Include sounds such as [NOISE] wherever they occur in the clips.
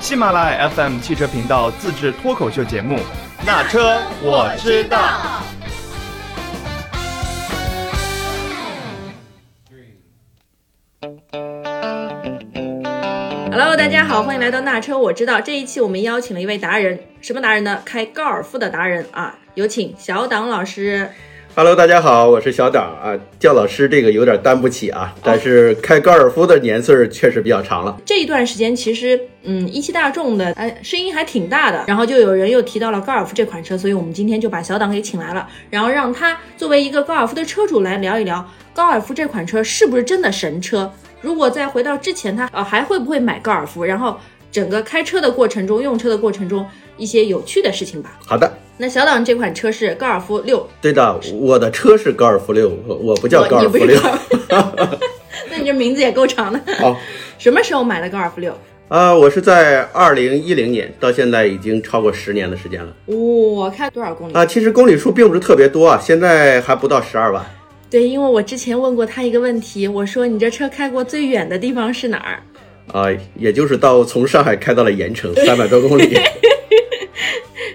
喜马拉雅 FM 汽车频道自制脱口秀节目《那车我知道》。 Hello，大家好，欢迎来到那车我知道。这一期我们邀请了一位达人，什么达人呢？开高尔夫的达人啊，有请小党老师。 Hello，大家好，我是小党啊，叫老师这个有点担不起啊，但是开高尔夫的年岁儿确实比较长了。这一段时间，其实嗯，一汽大众的呃声音还挺大的，然后就有人又提到了高尔夫这款车，所以我们今天就把小党给请来了，然后让他作为一个高尔夫的车主来聊一聊高尔夫这款车是不是真的神车。如果再回到之前，他呃还会不会买高尔夫？然后整个开车的过程中、用车的过程中一些有趣的事情吧。好的，那小党这款车是高尔夫六，对的，我的车是高尔夫六，我我不叫高尔夫你不六是。高尔夫， [LAUGHS] 那哦你这名字也够长的。 [LAUGHS] 好什么时候买的高尔夫六？啊，我是在二零一零年到现在已经超过十年的时间了我、开多少公里？啊，其实公里数并不是特别多啊，现在还不到十二万。对，因为我之前问过他一个问题，我说你这车开过最远的地方是哪儿？啊，也就是到从上海开到了盐城，三百多公里。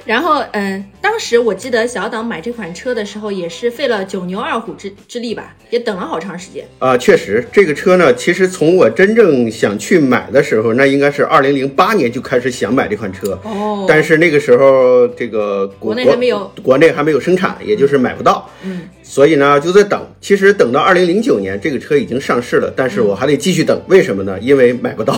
然后，嗯，当时我记得小党买这款车的时候也是费了九牛二虎之之力吧，也等了好长时间。啊，确实，这个车呢，其实从我真正想去买的时候，那应该是二零零八年就开始想买这款车。哦但是那个时候，这个国内还没有国内还没有生产，也就是买不到。嗯，所以呢，就在等。其实等到二零零九年，这个车已经上市了，但嗯是我还得继续等。为什么呢？因为买 [LAUGHS] 不到。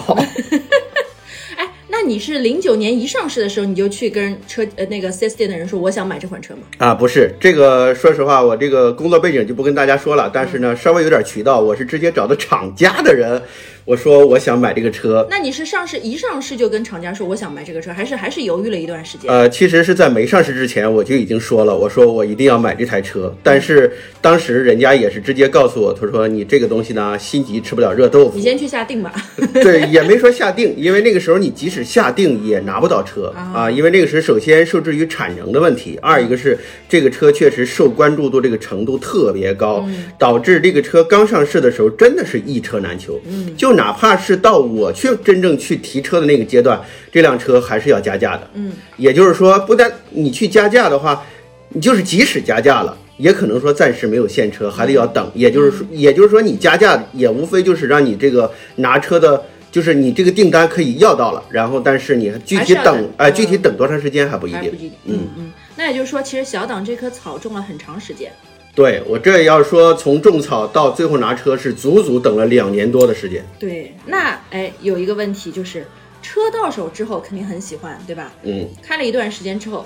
哎，那你是零九年一上市的时候，你就去跟车呃那个 4S 店的人说我想买这款车吗？啊，不是这个，说实话，我这个工作背景就不跟大家说了，但嗯是呢，稍微有点渠道，我是直接找的厂家的人，我说我想买这个车。那你是上市一上市就跟厂家说我想买这个车，还是还是犹豫了一段时间？呃，其实是在没上市之前我就已经说了，我说我一定要买这台车，但是当时人家也是直接告诉我，他说你这个东西呢，心急吃不了热豆腐你，先去下定吧。 [LAUGHS] 对，也没说下定，因为那个时候你即使下定也拿不到车啊啊，因为那个时候首先受制于产能的问题，二一个是这个车确实受关注度这个程度特别高，嗯导致这个车刚上市的时候真的是一车难求，嗯就哪怕是到我去真正去提车的那个阶段，这辆车还是要加价的，嗯，也就是说，不但你去加价的话，你就是即使加价了。也可能说暂时没有现车，还得要等。嗯也就是说，也就是说，你加价也无非就是让你这个拿车的，就是你这个订单可以要到了，然后但是你具还是体要等等，哎，嗯具体等多长时间还不一还定不。一定。嗯嗯，那也就是说，其实小党这棵草种了很长时间。对我这要说，从种草到最后拿车是足足等了两年多的时间。对，那哎，有一个问题就是，车到手之后肯定很喜欢，对吧？嗯，开了一段时间之后，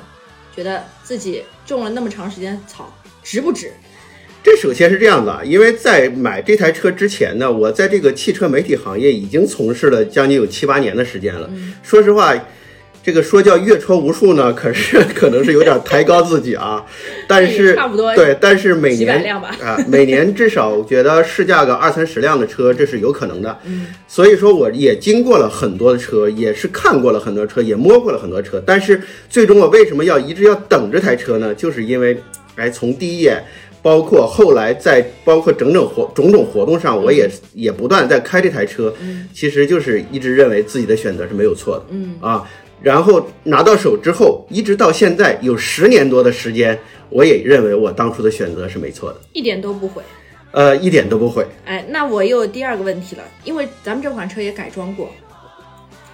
觉得自己种了那么长时间草，值不值？这首先是这样的，啊因为在买这台车之前呢，我在这个汽车媒体行业已经从事了将近有七八年的时间了。嗯说实话，这个说叫阅车无数呢，可是 [LAUGHS] 可能是有点抬高自己啊。但是 [LAUGHS] 差不多对，但是每几百年辆吧啊，每年至少我觉得试驾个二三十辆的车，这是有可能的。所以说，我也经过了很多的车，也是看过了很多车，也摸过了很多车。但是最终我为什么要一直要等这台车呢？就是因为，哎，从第一眼，包括后来在包括整整活种种活动上，我也也不断在开这台车，其实就是一直认为自己的选择是没有错的，嗯啊。然后拿到手之后，一直到现在有十年多的时间，我也认为我当初的选择是没错的，一点都不悔。呃，一点都不悔。哎，那我又有第二个问题了，因为咱们这款车也改装过。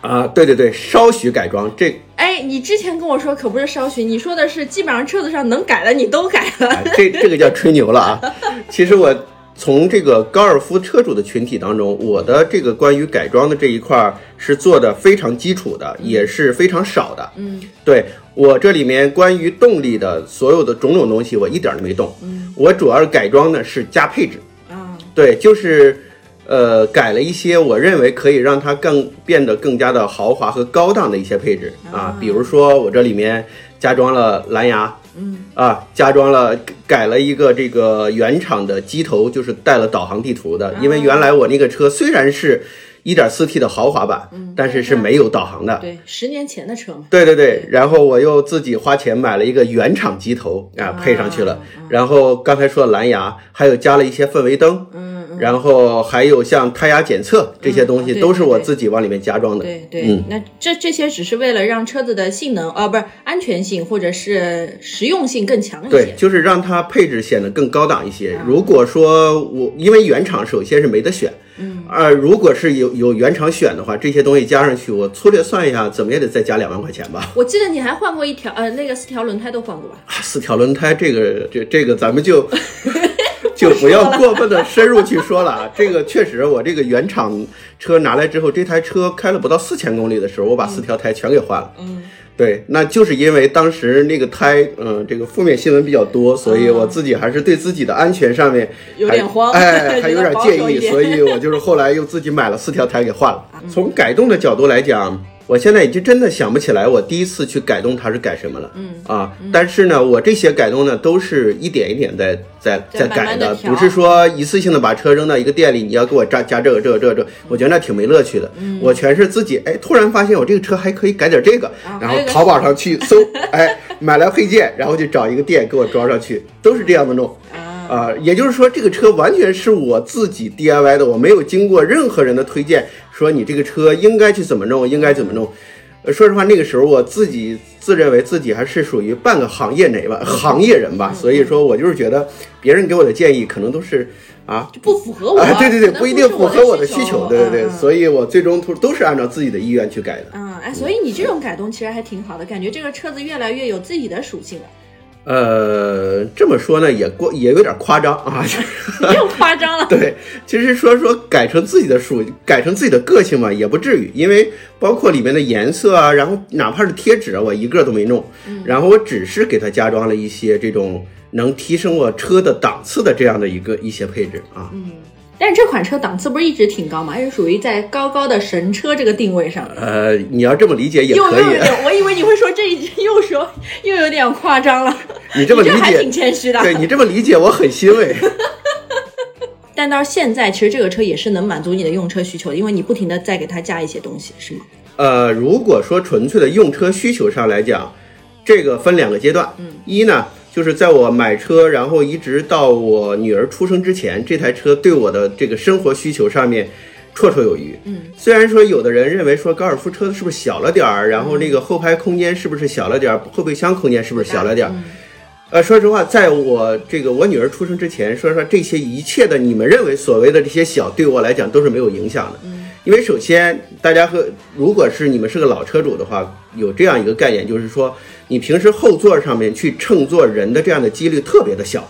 啊，对对对，稍许改装，这哎，你之前跟我说可不是稍许，你说的是基本上车子上能改的你都改了。 [LAUGHS] 哎这这个叫吹牛了啊！其实我从这个高尔夫车主的群体当中，我的这个关于改装的这一块儿是做的非常基础的，也是非常少的。嗯，对我这里面关于动力的所有的种种东西，我一点儿都没动。嗯，我主要改装呢是加配置。啊，对，就是呃改了一些我认为可以让它更变得更加的豪华和高档的一些配置啊，比如说我这里面加装了蓝牙，嗯啊，加装了改了一个这个原厂的机头，就是带了导航地图的，因为原来我那个车虽然是。 1.4T 的豪华版，但是是没有导航的。对，十年前的车嘛，对对对，然后我又自己花钱买了一个原厂机头啊，配上去了。然后刚才说的蓝牙，还有加了一些氛围灯，嗯嗯，然后还有像胎压检测这些东嗯西，对都是对我对自己往里面加装的。对对，那这这些只是为了让车子的性能啊，不是安全性或者是实用性更强一对，些。就是让它配置显得更高档一啊些。如果说我因为原厂首先是没得选，嗯，呃，如果是有有原厂选的话，这些东西加上去，我粗略算一下，怎么也得再加两万块钱吧。我记得你还换过一条，呃，那个四条轮胎都换过吧？四条轮胎这个这这个咱们就就不要过分的深入去说了啊。这个确实，我这个原厂车拿来之后，这台车开了不到四千公里的时候，我把四条胎全给换了。嗯，对，那就是因为当时那个胎，嗯、这个负面新闻比较多，所以我自己还是对自己的安全上面啊有还点慌哎， [LAUGHS] 觉还得有点保介守一意，点啊所以我就是后来又自己买了四条胎给换了。从改动的角度来讲，我现在已经真的想不起来我第一次去改动它是改什么了。嗯啊，但是呢，我这些改动呢都是一点一点在在在在慢慢改地的，调不是说一次性的把车扔到一个店里，你要给我加加这个这个这个这个，我觉得那挺没乐趣的。嗯我全是自己哎，突然发现我这个车还可以改点这个，然啊还后有一个淘宝上去 [LAUGHS] 搜，哎，买来配件，然后就找一个店给我装上去，都是这样的弄。啊，啊、也就是说，这个车完全是我自己 DIY 的，我没有经过任何人的推荐，说你这个车应该去怎么弄，应该怎么弄。呃说实话，那个时候我自己自认为自己还是属于半个行业内吧，行业人嗯吧， [LAUGHS] 所以说我就是觉得别人给我的建议可能都是啊。就不符合哦我。啊，对对对，可能不不一定是符合我的需求，求。对对对，嗯所以我最终都都是按照自己的意愿去改的。嗯，哎，所以你这种改动其实还挺好的，感觉这个车子越来越有自己的属性了， [LAUGHS] 嗯呃，这么说呢，也过也有点夸张啊，你又夸张了。 [LAUGHS] 对，其实说说改成自己的属，改成自己的个性嘛，也不至于，因为包括里面的颜色啊，然后哪怕是贴纸啊，我一个都没弄，嗯然后我只是给它加装了一些这种能提升我车的档次的这样的一个一些配置啊。嗯但是这款车档次不是一直挺高吗？还是属于在高高的神车这个定位上。呃，你要这么理解也又可又有以，点，我以为你会说这一 [LAUGHS] 又说又有点夸张了，你这么理还挺解，谦虚的。对你这么理解我很欣慰。但到现在，其实这个车也是能满足你的用车需求的，因为你不停的在给它加一些东西，是吗？呃，如果说纯粹的用车需求上来讲，这个分两个阶段。嗯，一呢，就是在我买车，然后一直到我女儿出生之前，这台车对我的这个生活需求上面绰绰有余。嗯，虽然说有的人认为说高尔夫车是不是小了点儿，然后那个后排空间是不是小了点儿，后备箱空间是不是小了点儿？呃，说实话，在我这个我女儿出生之前，说实话，这些一切的你们认为所谓的这些小，对我来讲都是没有影响的。因为首先，大家和如果是你们是个老车主的话，有这样一个概念，就是说你平时后座上面去乘坐人的这样的几率特别的小。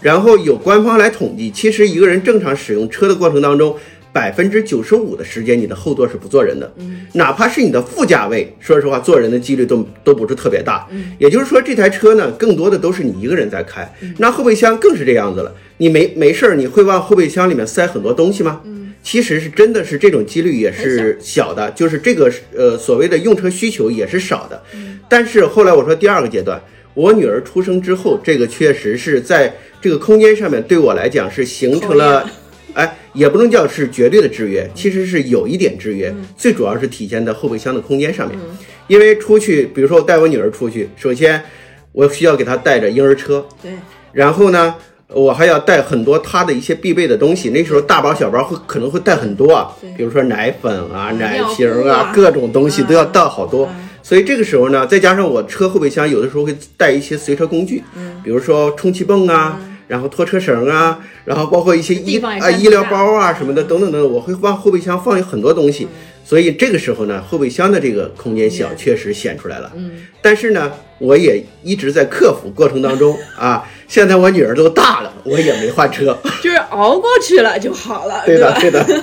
然后有官方来统计，其实一个人正常使用车的过程当中，百分之九十五的时间你的后座是不坐人的，哪怕是你的副驾位，说实话坐人的几率都都不是特别大。也就是说，这台车呢，更多的都是你一个人在开，那后备箱更是这样子了。你没没事儿，你会往后备箱里面塞很多东西吗？其实是真的是这种几率也是小的，就是这个呃所谓的用车需求也是少的。但是后来我说第二个阶段，我女儿出生之后，这个确实是在这个空间上面对我来讲是形成了，哎，也不能叫是绝对的制约，其实是有一点制约，最主要是体现在后备箱的空间上面。因为出去，比如说我带我女儿出去，首先我需要给她带着婴儿车，对，然后呢，我还要带很多他的一些必备的东西。那时候大包小包会可能会带很多啊对，比如说奶粉啊、奶瓶尿布啊嗯啊，各种东西都要带好多。所以这个时候呢，再加上我车后备箱有的时候会带一些随车工具，嗯比如说充气泵啊。然后拖车绳啊，然后包括一些医地方啊、也占地医疗大包啊什么嗯的，等等等等，我会往后备箱放很多东西，所以这个时候呢，后备箱的这个空间小确实显出来了。嗯，但是呢，我也一直在克服过程当中啊。现在我女儿都大了，我也没换车。就是熬过去了就好了，对的吧，？对的，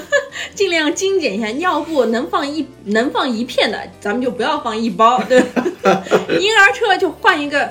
尽量精简一下，尿布能放一能放 [LAUGHS] 一片的，咱们就不要放一包，对吧？婴儿车就换一个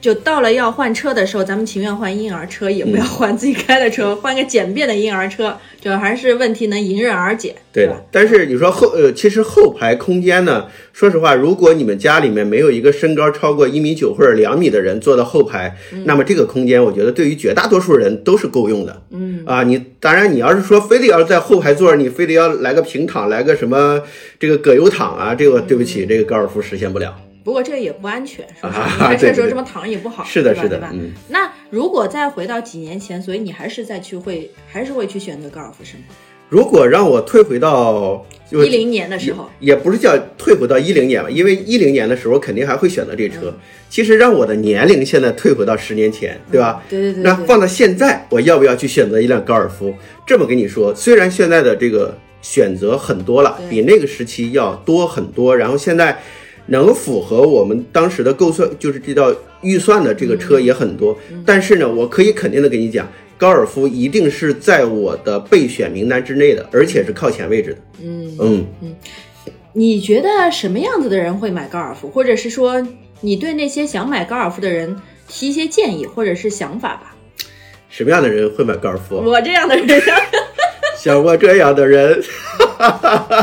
就到了要换车的时候，咱们情愿换婴儿车，也不要换自己开的车，换个简便的婴儿车，就还是问题能迎刃而解。对吧的，但是你说后呃，其实后排空间呢，说实话，如果你们家里面没有一个身高超过一米九或者两米的人坐到后排，嗯那么这个空间我觉得对于绝大多数人都是够用的。嗯啊，你当然你要是说非得要在后排坐，你非得要来个平躺，来个什么这个葛优躺啊，这个对不嗯起，这个高尔夫实现不了。不过这也不安全，是不是？啊你开车的时候对对对这么躺也不好，是的，对吧是的对，吧？嗯，那如果再回到几年前，所以你还是再去会，还是会去选择高尔夫，是吗？如果让我退回到就一零年的时候，也不是叫退回到一零年吧，因为一零年的时候肯定还会选择这嗯车。其实让我的年龄现在退回到十年前，对吧？对嗯对对那对对，放到现在，我要不要去选择一辆高尔夫？这么跟你说，虽然现在的这个选择很多了，对比那个时期要多很多，然后现在能符合我们当时的购算，就是这叫预算的这个嗯车也很多，但是呢，我可以肯定的跟你讲，高尔夫一定是在我的备选名单之内的，而且是靠前位置的。嗯，嗯，你觉得什么样子的人会买高尔夫，或者是说你对那些想买高尔夫的人提一些建议或者是想法吧？什么样的人会买高尔夫？我这样 [LAUGHS] 的人，像我这样的人， [LAUGHS]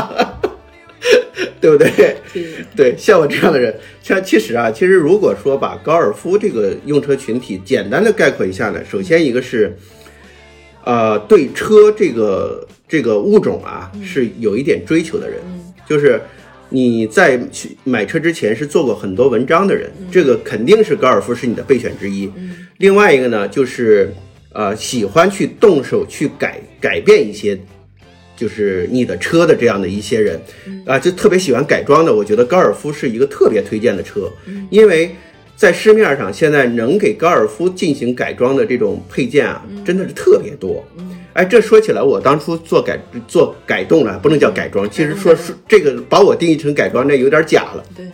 对不对？对，像我这样的人，像其实啊，其实如果说把高尔夫这个用车群体简单的概括一下呢，首先一个是，呃，对车这个这个物种啊嗯是有一点追求的人，就是你在去买车之前是做过很多文章的嗯人，这个肯定是高尔夫是你的备选之一。另外一个呢，就是呃，喜欢去动手去改改变一些就是你的车的这样的一些人，啊，就特别喜欢改装的。我觉得高尔夫是一个特别推荐的车，因为在市面上现在能给高尔夫进行改装的这种配件啊，真的是特别多。哎，这说起来，我当初做改做改动了，不能叫改装，其实说是这个把我定义成改装，那有点假了。对，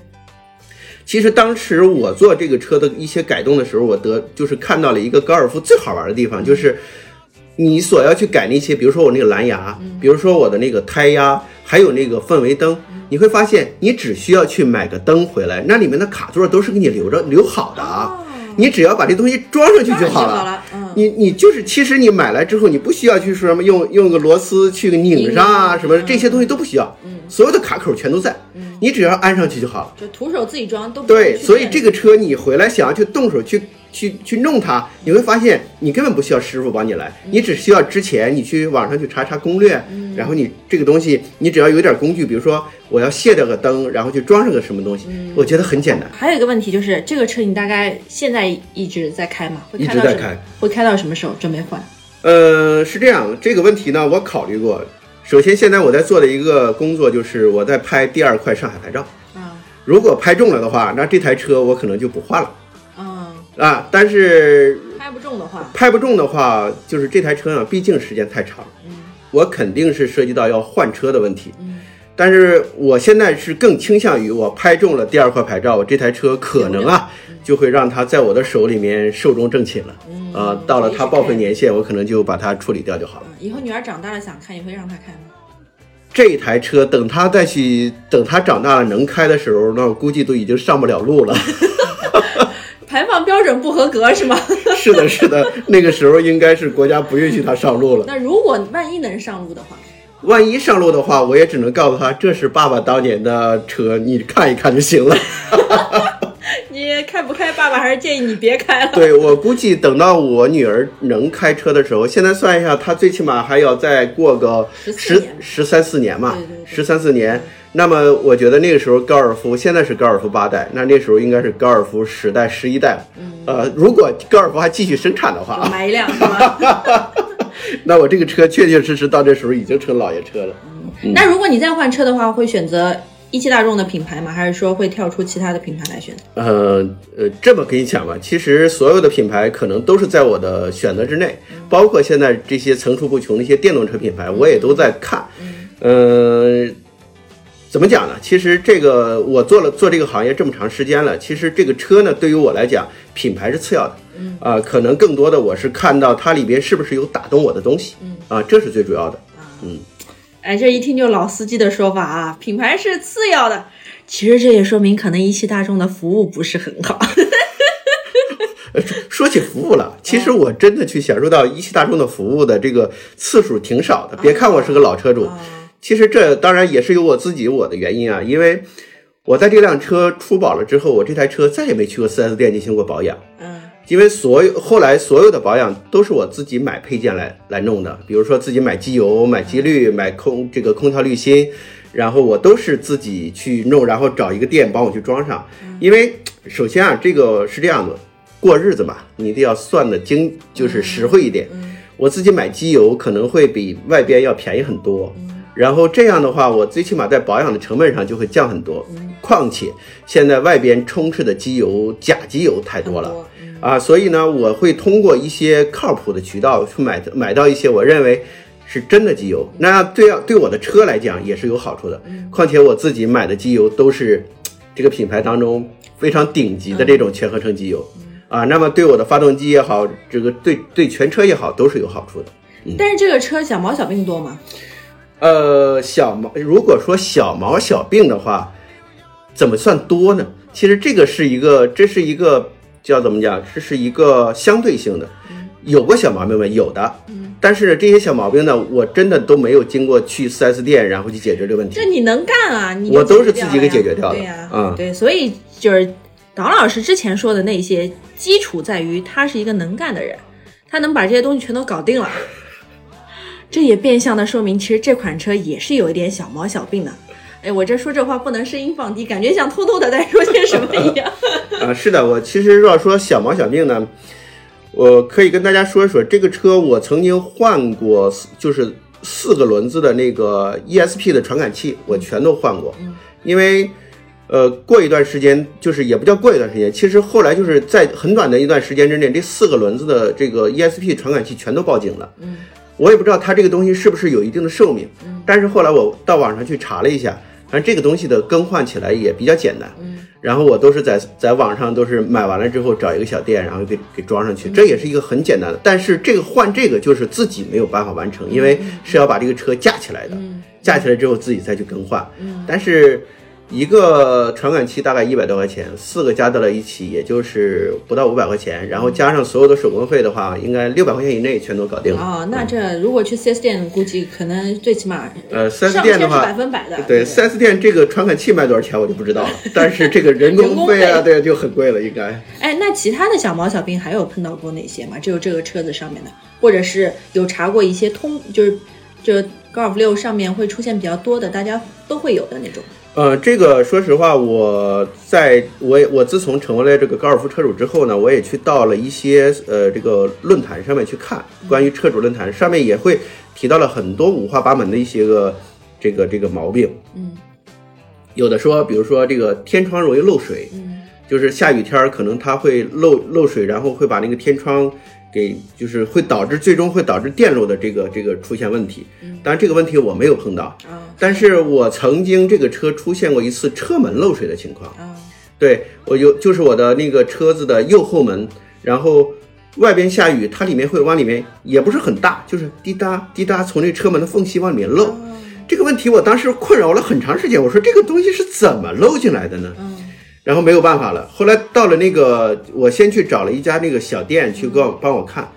其实当时我做这个车的一些改动的时候，我得就是看到了一个高尔夫最好玩的地方，就是你所要去改那些，比如说我那个蓝牙，比如说我的那个胎压，还有那个氛围灯，你会发现你只需要去买个灯回来，那里面的卡座都是给你留着留好的啊，你只要把这东西装上去就好了。了，嗯，你你就是，其实你买来之后，你不需要去说什么用用个螺丝去拧上啊，拧什么这些东西都不需要，所有的卡口全都在，你只要安上去就好了。就徒手自己装都不对，去所以练这个车你回来想要去动手去去去弄它，你会发现你根本不需要师傅帮你来，你只需要之前你去网上去查查攻略，然后你这个东西你只要有点工具，比如说我要卸掉个灯，然后去装上个什么东西，我觉得很简单。还有一个问题就是，这个车你大概现在一直在开吗？会一开直到在什么开，会开到什么时候？准备换？呃，是这样，这个问题呢，我考虑过。首先，现在我在做的一个工作就是我在拍第二块上海牌照，啊，如果拍中了的话，那这台车我可能就不换了嗯，啊。但是拍不中的话，拍不中的话，就是这台车呢，毕竟时间太长，我肯定是涉及到要换车的问题。但是我现在是更倾向于我拍中了第二块牌照，我这台车可能啊就会让它在我的手里面寿终正寝了。啊、到了它报废年限，我可能就把它处理掉就好了。嗯以后女儿长大了想看，也会让她开吗？这台车等它再去等它长大了能开的时候，那我估计都已经上不了路了。排放标准不合格是吗？ [LAUGHS] 是的，是的，那个时候应该是国家不允许它上路了。那如果万一能上路的话，万一上路的话，我也只能告诉他，这是爸爸当年的车，你看一看就行了。 [LAUGHS] 你开不开？爸爸还是建议你别开了。对我估计，等到我女儿能开车的时候，现在算一下，她最起码还要再过个14十年十三四年嘛对对，对十三四年。那么我觉得那个时候高尔夫，现在是高尔夫八代，那那时候应该是高尔夫十代、十一代了。呃，如果高尔夫还继续生产的话啊，嗯买一辆是吧？ [LAUGHS] 那我这个车确确实实到这时候已经成老爷车了。那如果你再换车的话，会选择一汽大众的品牌吗？还是说会跳出其他的品牌来选择？呃呃，这么跟你讲吧，其实所有的品牌可能都是在我的选择之内，包括现在这些层出不穷的一些电动车品牌，我也都在看。嗯、怎么讲呢？其实这个我做了做这个行业这么长时间了，其实这个车呢，对于我来讲，品牌是次要的。啊、可能更多的我是看到它里边是不是有打动我的东西，啊、这是最主要的。哎，这一听就老司机的说法啊，品牌是次要的。其实这也说明，可能一汽大众的服务不是很好。说起服务了，其实我真的去享受到一汽大众的服务的这个次数挺少的。别看我是个老车主，啊其实这当然也是有我自己我的原因啊，因为我在这辆车出保了之后，我这台车再也没去过 4S 店进行过保养。嗯因为所有后来所有的保养都是我自己买配件来来弄的，比如说自己买机油、买机滤、买空这个空调滤芯，然后我都是自己去弄，然后找一个店帮我去装上。因为首先啊，这个是这样的，过日子嘛，你得要算的精，就是实惠一点。我自己买机油可能会比外边要便宜很多，然后这样的话，我最起码在保养的成本上就会降很多。况且现在外边充斥的机油假机油太多了。多嗯啊，所以呢，我会通过一些靠谱的渠道去买买到一些我认为是真的机油，那对要对我的车来讲也是有好处的。况且我自己买的机油都是这个品牌当中非常顶级的这种全合成机油。啊，那么对我的发动机也好，这个对对全车也好，都是有好处的。但是这个车小毛小病多吗？呃，小毛，如果说小毛小病的话，怎么算多呢？其实这个是一个，这是一个叫怎么讲？这是一个相对性的。有过小毛病吗？有的，但是呢这些小毛病呢，我真的都没有经过去 4S 店，然后去解决这个问题这。你能干啊，你我就都是自己给解决掉的对呀、嗯对，所以就是党老师之前说的那些基础在于他是一个能干的人，他能把这些东西全都搞定了。这也变相的说明，其实这款车也是有一点小毛小病的。哎，我这说这话不能声音放低，感觉像偷偷的在说些什么一 [LAUGHS] 样。啊，是的，我其实要说小毛小病呢，我可以跟大家说一说，这个车我曾经换过四，就是四个轮子的那个 ESP 的传感器，我全都换过，因为。呃，过一段时间，就是也不叫过一段时间，其实后来就是在很短的一段时间之内，这四个轮子的这个 ESP 传感器全都报警了。嗯，我也不知道它这个东西是不是有一定的寿命，但是后来我到网上去查了一下，反正这个东西的更换起来也比较简单。嗯然后我都是在在网上都是买完了之后找一个小店，然后给给装上嗯去，这也是一个很简单的。但是这个换这个就是自己没有办法完嗯成，因为是要把这个车架起来的，架起来之后自己再去更换。嗯但是一个传感器大概一百多块钱，四个加到了一起也就是不到五百块钱，然后加上所有的手工费的话，应该六百块钱以内全都搞定了。哦，那这如果去 4S 店，估计可能最起码呃上，4S 限店是的百话。分百的。对4 S 店这个传感器卖多少钱我就不 [LAUGHS] 知道了，但是这个人人工工费啊，费对，就很贵了，应该。哎，那其他的小毛小病还有碰到过哪些吗？只有这个车子上面的，或者是有查过一些通，就是就是高尔夫六上面会出现比较多的，大家都会有的那种。呃，这个说实话，我在我也我自从成为了这个高尔夫车主之后呢，我也去到了一些呃这个论坛上面去看嗯关于车主论坛，上面也会提到了很多五花八门的一些个这个这个毛病。嗯有的说，比如说这个天窗容易漏水，嗯就是下雨天儿可能它会漏漏水，然后会把那个天窗给，就是会导致最终会导致电路的这个这个出现问题。当然这个问题我没有碰到，啊但是我曾经这个车出现过一次车门漏水的情况。啊对我有就是我的那个车子的右后门，然后外边下雨，它里面会往里面也不是很大，就是滴答滴答从这车门的缝隙往里面漏。嗯这个问题我当时困扰了很长时间，我说这个东西是怎么漏进来的呢？嗯然后没有办法了。后来到了那个，我先去找了一家那个小店去给我嗯帮我看，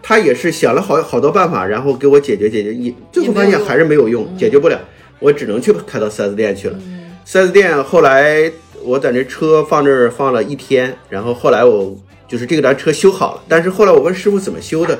他也是想了好好多办法，然后给我解决解决，也最后发也没有现用嗯还是没有用，解决不了，我只能去开到 4S 店去了。4S 店后来我在那车放这儿放了一天，然后后来我就是这个台车修好了，但是后来我问师傅怎么修的，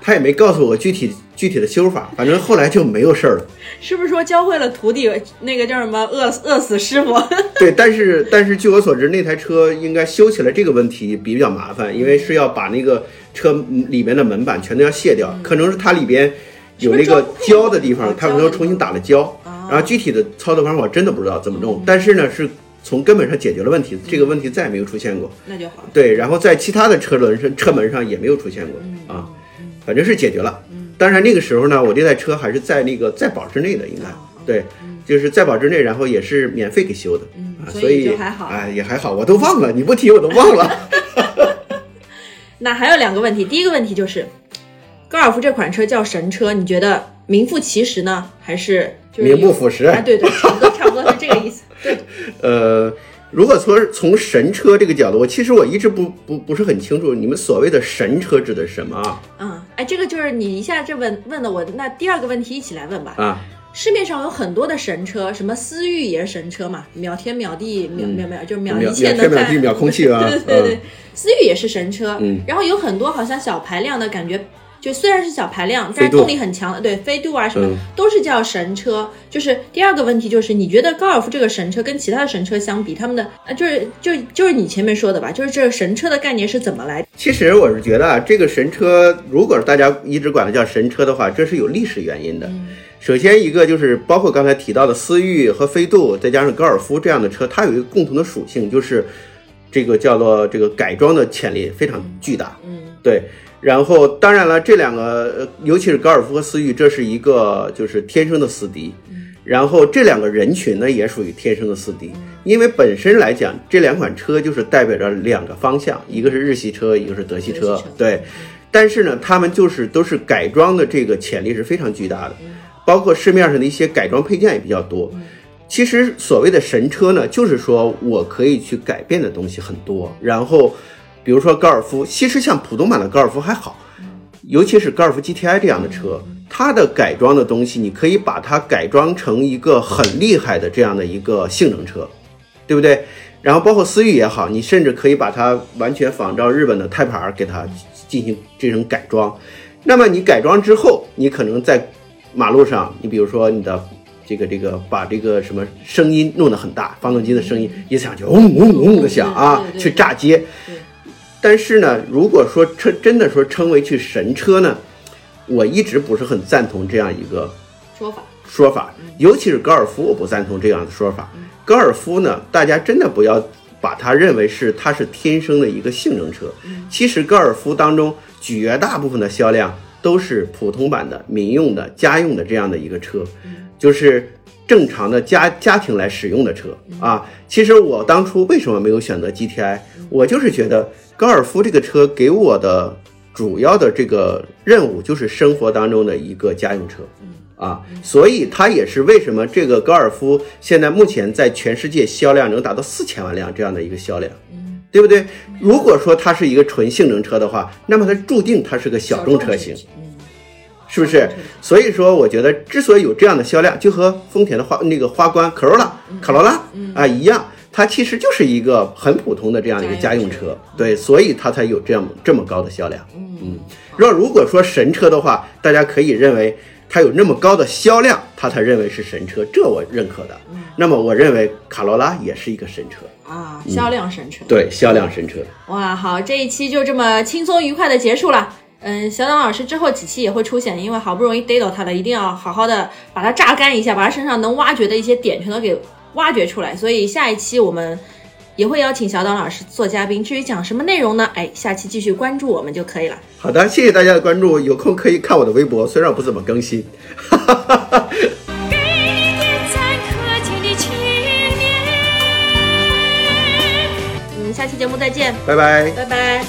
他也没告诉我具体具体的修法，反正后来就没有事儿了。是不是说教会了徒弟那个叫什么饿饿死师傅？ [LAUGHS] [LAUGHS] 对，但是但是据我所知，那台车应该修起来这个问题比较麻烦，因为是要把那个车里面的门板全都要卸掉，可能是它里边有那个胶的地哦方，它们都重新打了胶。哦然后具体的操作方法我真的不知道怎么弄，但是呢是从根本上解决了问题，这个问题再也没有出现过。那就好了。对，然后在其他的车轮上、车门上也没有出现嗯过啊，反正是解决了。当然那个时候呢，我这台车还是在那个在保之内的，应该哦对，就是在保之内，然后也是免费给修的啊，嗯所以所就还好哎，也还好，我都忘了，你不提我都 [LAUGHS] 忘了。那还有两个问题，第一个问题就是，高尔夫这款车叫神车，你觉得名副其实呢，还是就是名不副实 [LAUGHS] 啊？对对，差不多差不多是这个意思。对，呃，如果说从神车这个角度，我其实我一直不不不是很清楚你们所谓的神车指的是什么啊？嗯，哎，这个就是你一下这问问的我，那第二个问题一起来问吧。啊，市面上有很多的神车，什么思域也是神车嘛，秒天秒地秒秒秒，就是秒秒一嗯秒切能天秒地看。秒空 [LAUGHS] 气啊，对对对，思域也是神车。嗯然后有很多好像小排量的感觉，就虽然是小排量，但飞是度动力很强。对，飞度啊什么、嗯都是叫神车。就是第二个问题就是，你觉得高尔夫这个神车跟其他的神车相比，他们的呃，就是就就是你前面说的吧，就是这个神车的概念是怎么来的？其实我是觉得啊，这个神车，如果大家一直管它叫神车的话，这是有历史原因的。首先一个就是包括刚才提到的思域和飞度，再加上高尔夫这样的车，它有一个共同的属性，就是这个叫做这个改装的潜力非常巨大。嗯对，然后当然了，这两个呃尤其是高尔夫和思域，这是一个就是天生的死敌。嗯然后这两个人群呢，也属于天生的死敌，因为本身来讲，这两款车就是代表着两个方向，一个是日系车，一个是德系德车系车，嗯对。但是呢，他们就是都是改装的这个潜力是非常巨大的，嗯包括市面上的一些改装配件也比较多。其实所谓的神车呢，就是说我可以去改变的东西很多。然后，比如说高尔夫，其实像普通版的高尔夫还好，尤其是高尔夫 GTI 这样的车，它的改装的东西，你可以把它改装成一个很厉害的这样的一个性能车，对不对？然后包括思域也好，你甚至可以把它完全仿照日本的泰帕尔给它进行这种改装。那么你改装之后，你可能在马路上，你比如说你的这个这个把这个什么声音弄得很大，发动机的声音一响就嗡嗡嗡的响啊嗯对对，对去炸街。对，但是呢，如果说称真的说称为去神车呢，我一直不是很赞同这样一个说法。说法，尤其是高尔夫，我不赞同这样的说法。高尔夫呢，大家真的不要把它认为是它是天生的一个性能车。其实高尔夫当中绝大部分的销量都是普通版的、民用的、家用的这样的一个车，就是正常的家家庭来使用的车啊。其实我当初为什么没有选择 GTI，我就是觉得高尔夫这个车给我的主要的这个任务就是生活当中的一个家用车。啊，所以它也是为什么这个高尔夫现在目前在全世界销量能达到四千万辆这样的一个销量，对不对？如果说它是一个纯性能车的话，那么它注定它是个小众车型，，嗯，是不是小众车型？所以说，我觉得之所以有这样的销量，就和丰田的花那个花冠科罗拉、卡罗拉啊一样，它其实就是一个很普通的这样一个家家用用车车，对，所以它才有这么这么高的销量。嗯，若如果说神车的话，大家可以认为它有那么高的销量，它才认为是神车，这我认可的。那么我认为卡罗拉也是一个神车，啊，销量神车。对，销量神车。哇，好，这一期就这么轻松愉快的结束了。嗯，小党老师之后几期也会出现，因为好不容易逮到他了，一定要好好的把他榨干一下，把他身上能挖掘的一些点全都给挖掘出来。所以下一期我们也会邀请小党老师做嘉宾。至于讲什么内容呢？哎，下期继续关注我们就可以了。好的，谢谢大家的关注，有空可以看我的微博，虽然我不怎么更新。 [LAUGHS] 给你点赞，可敬的青年。嗯，下期节目再见，拜拜。拜拜。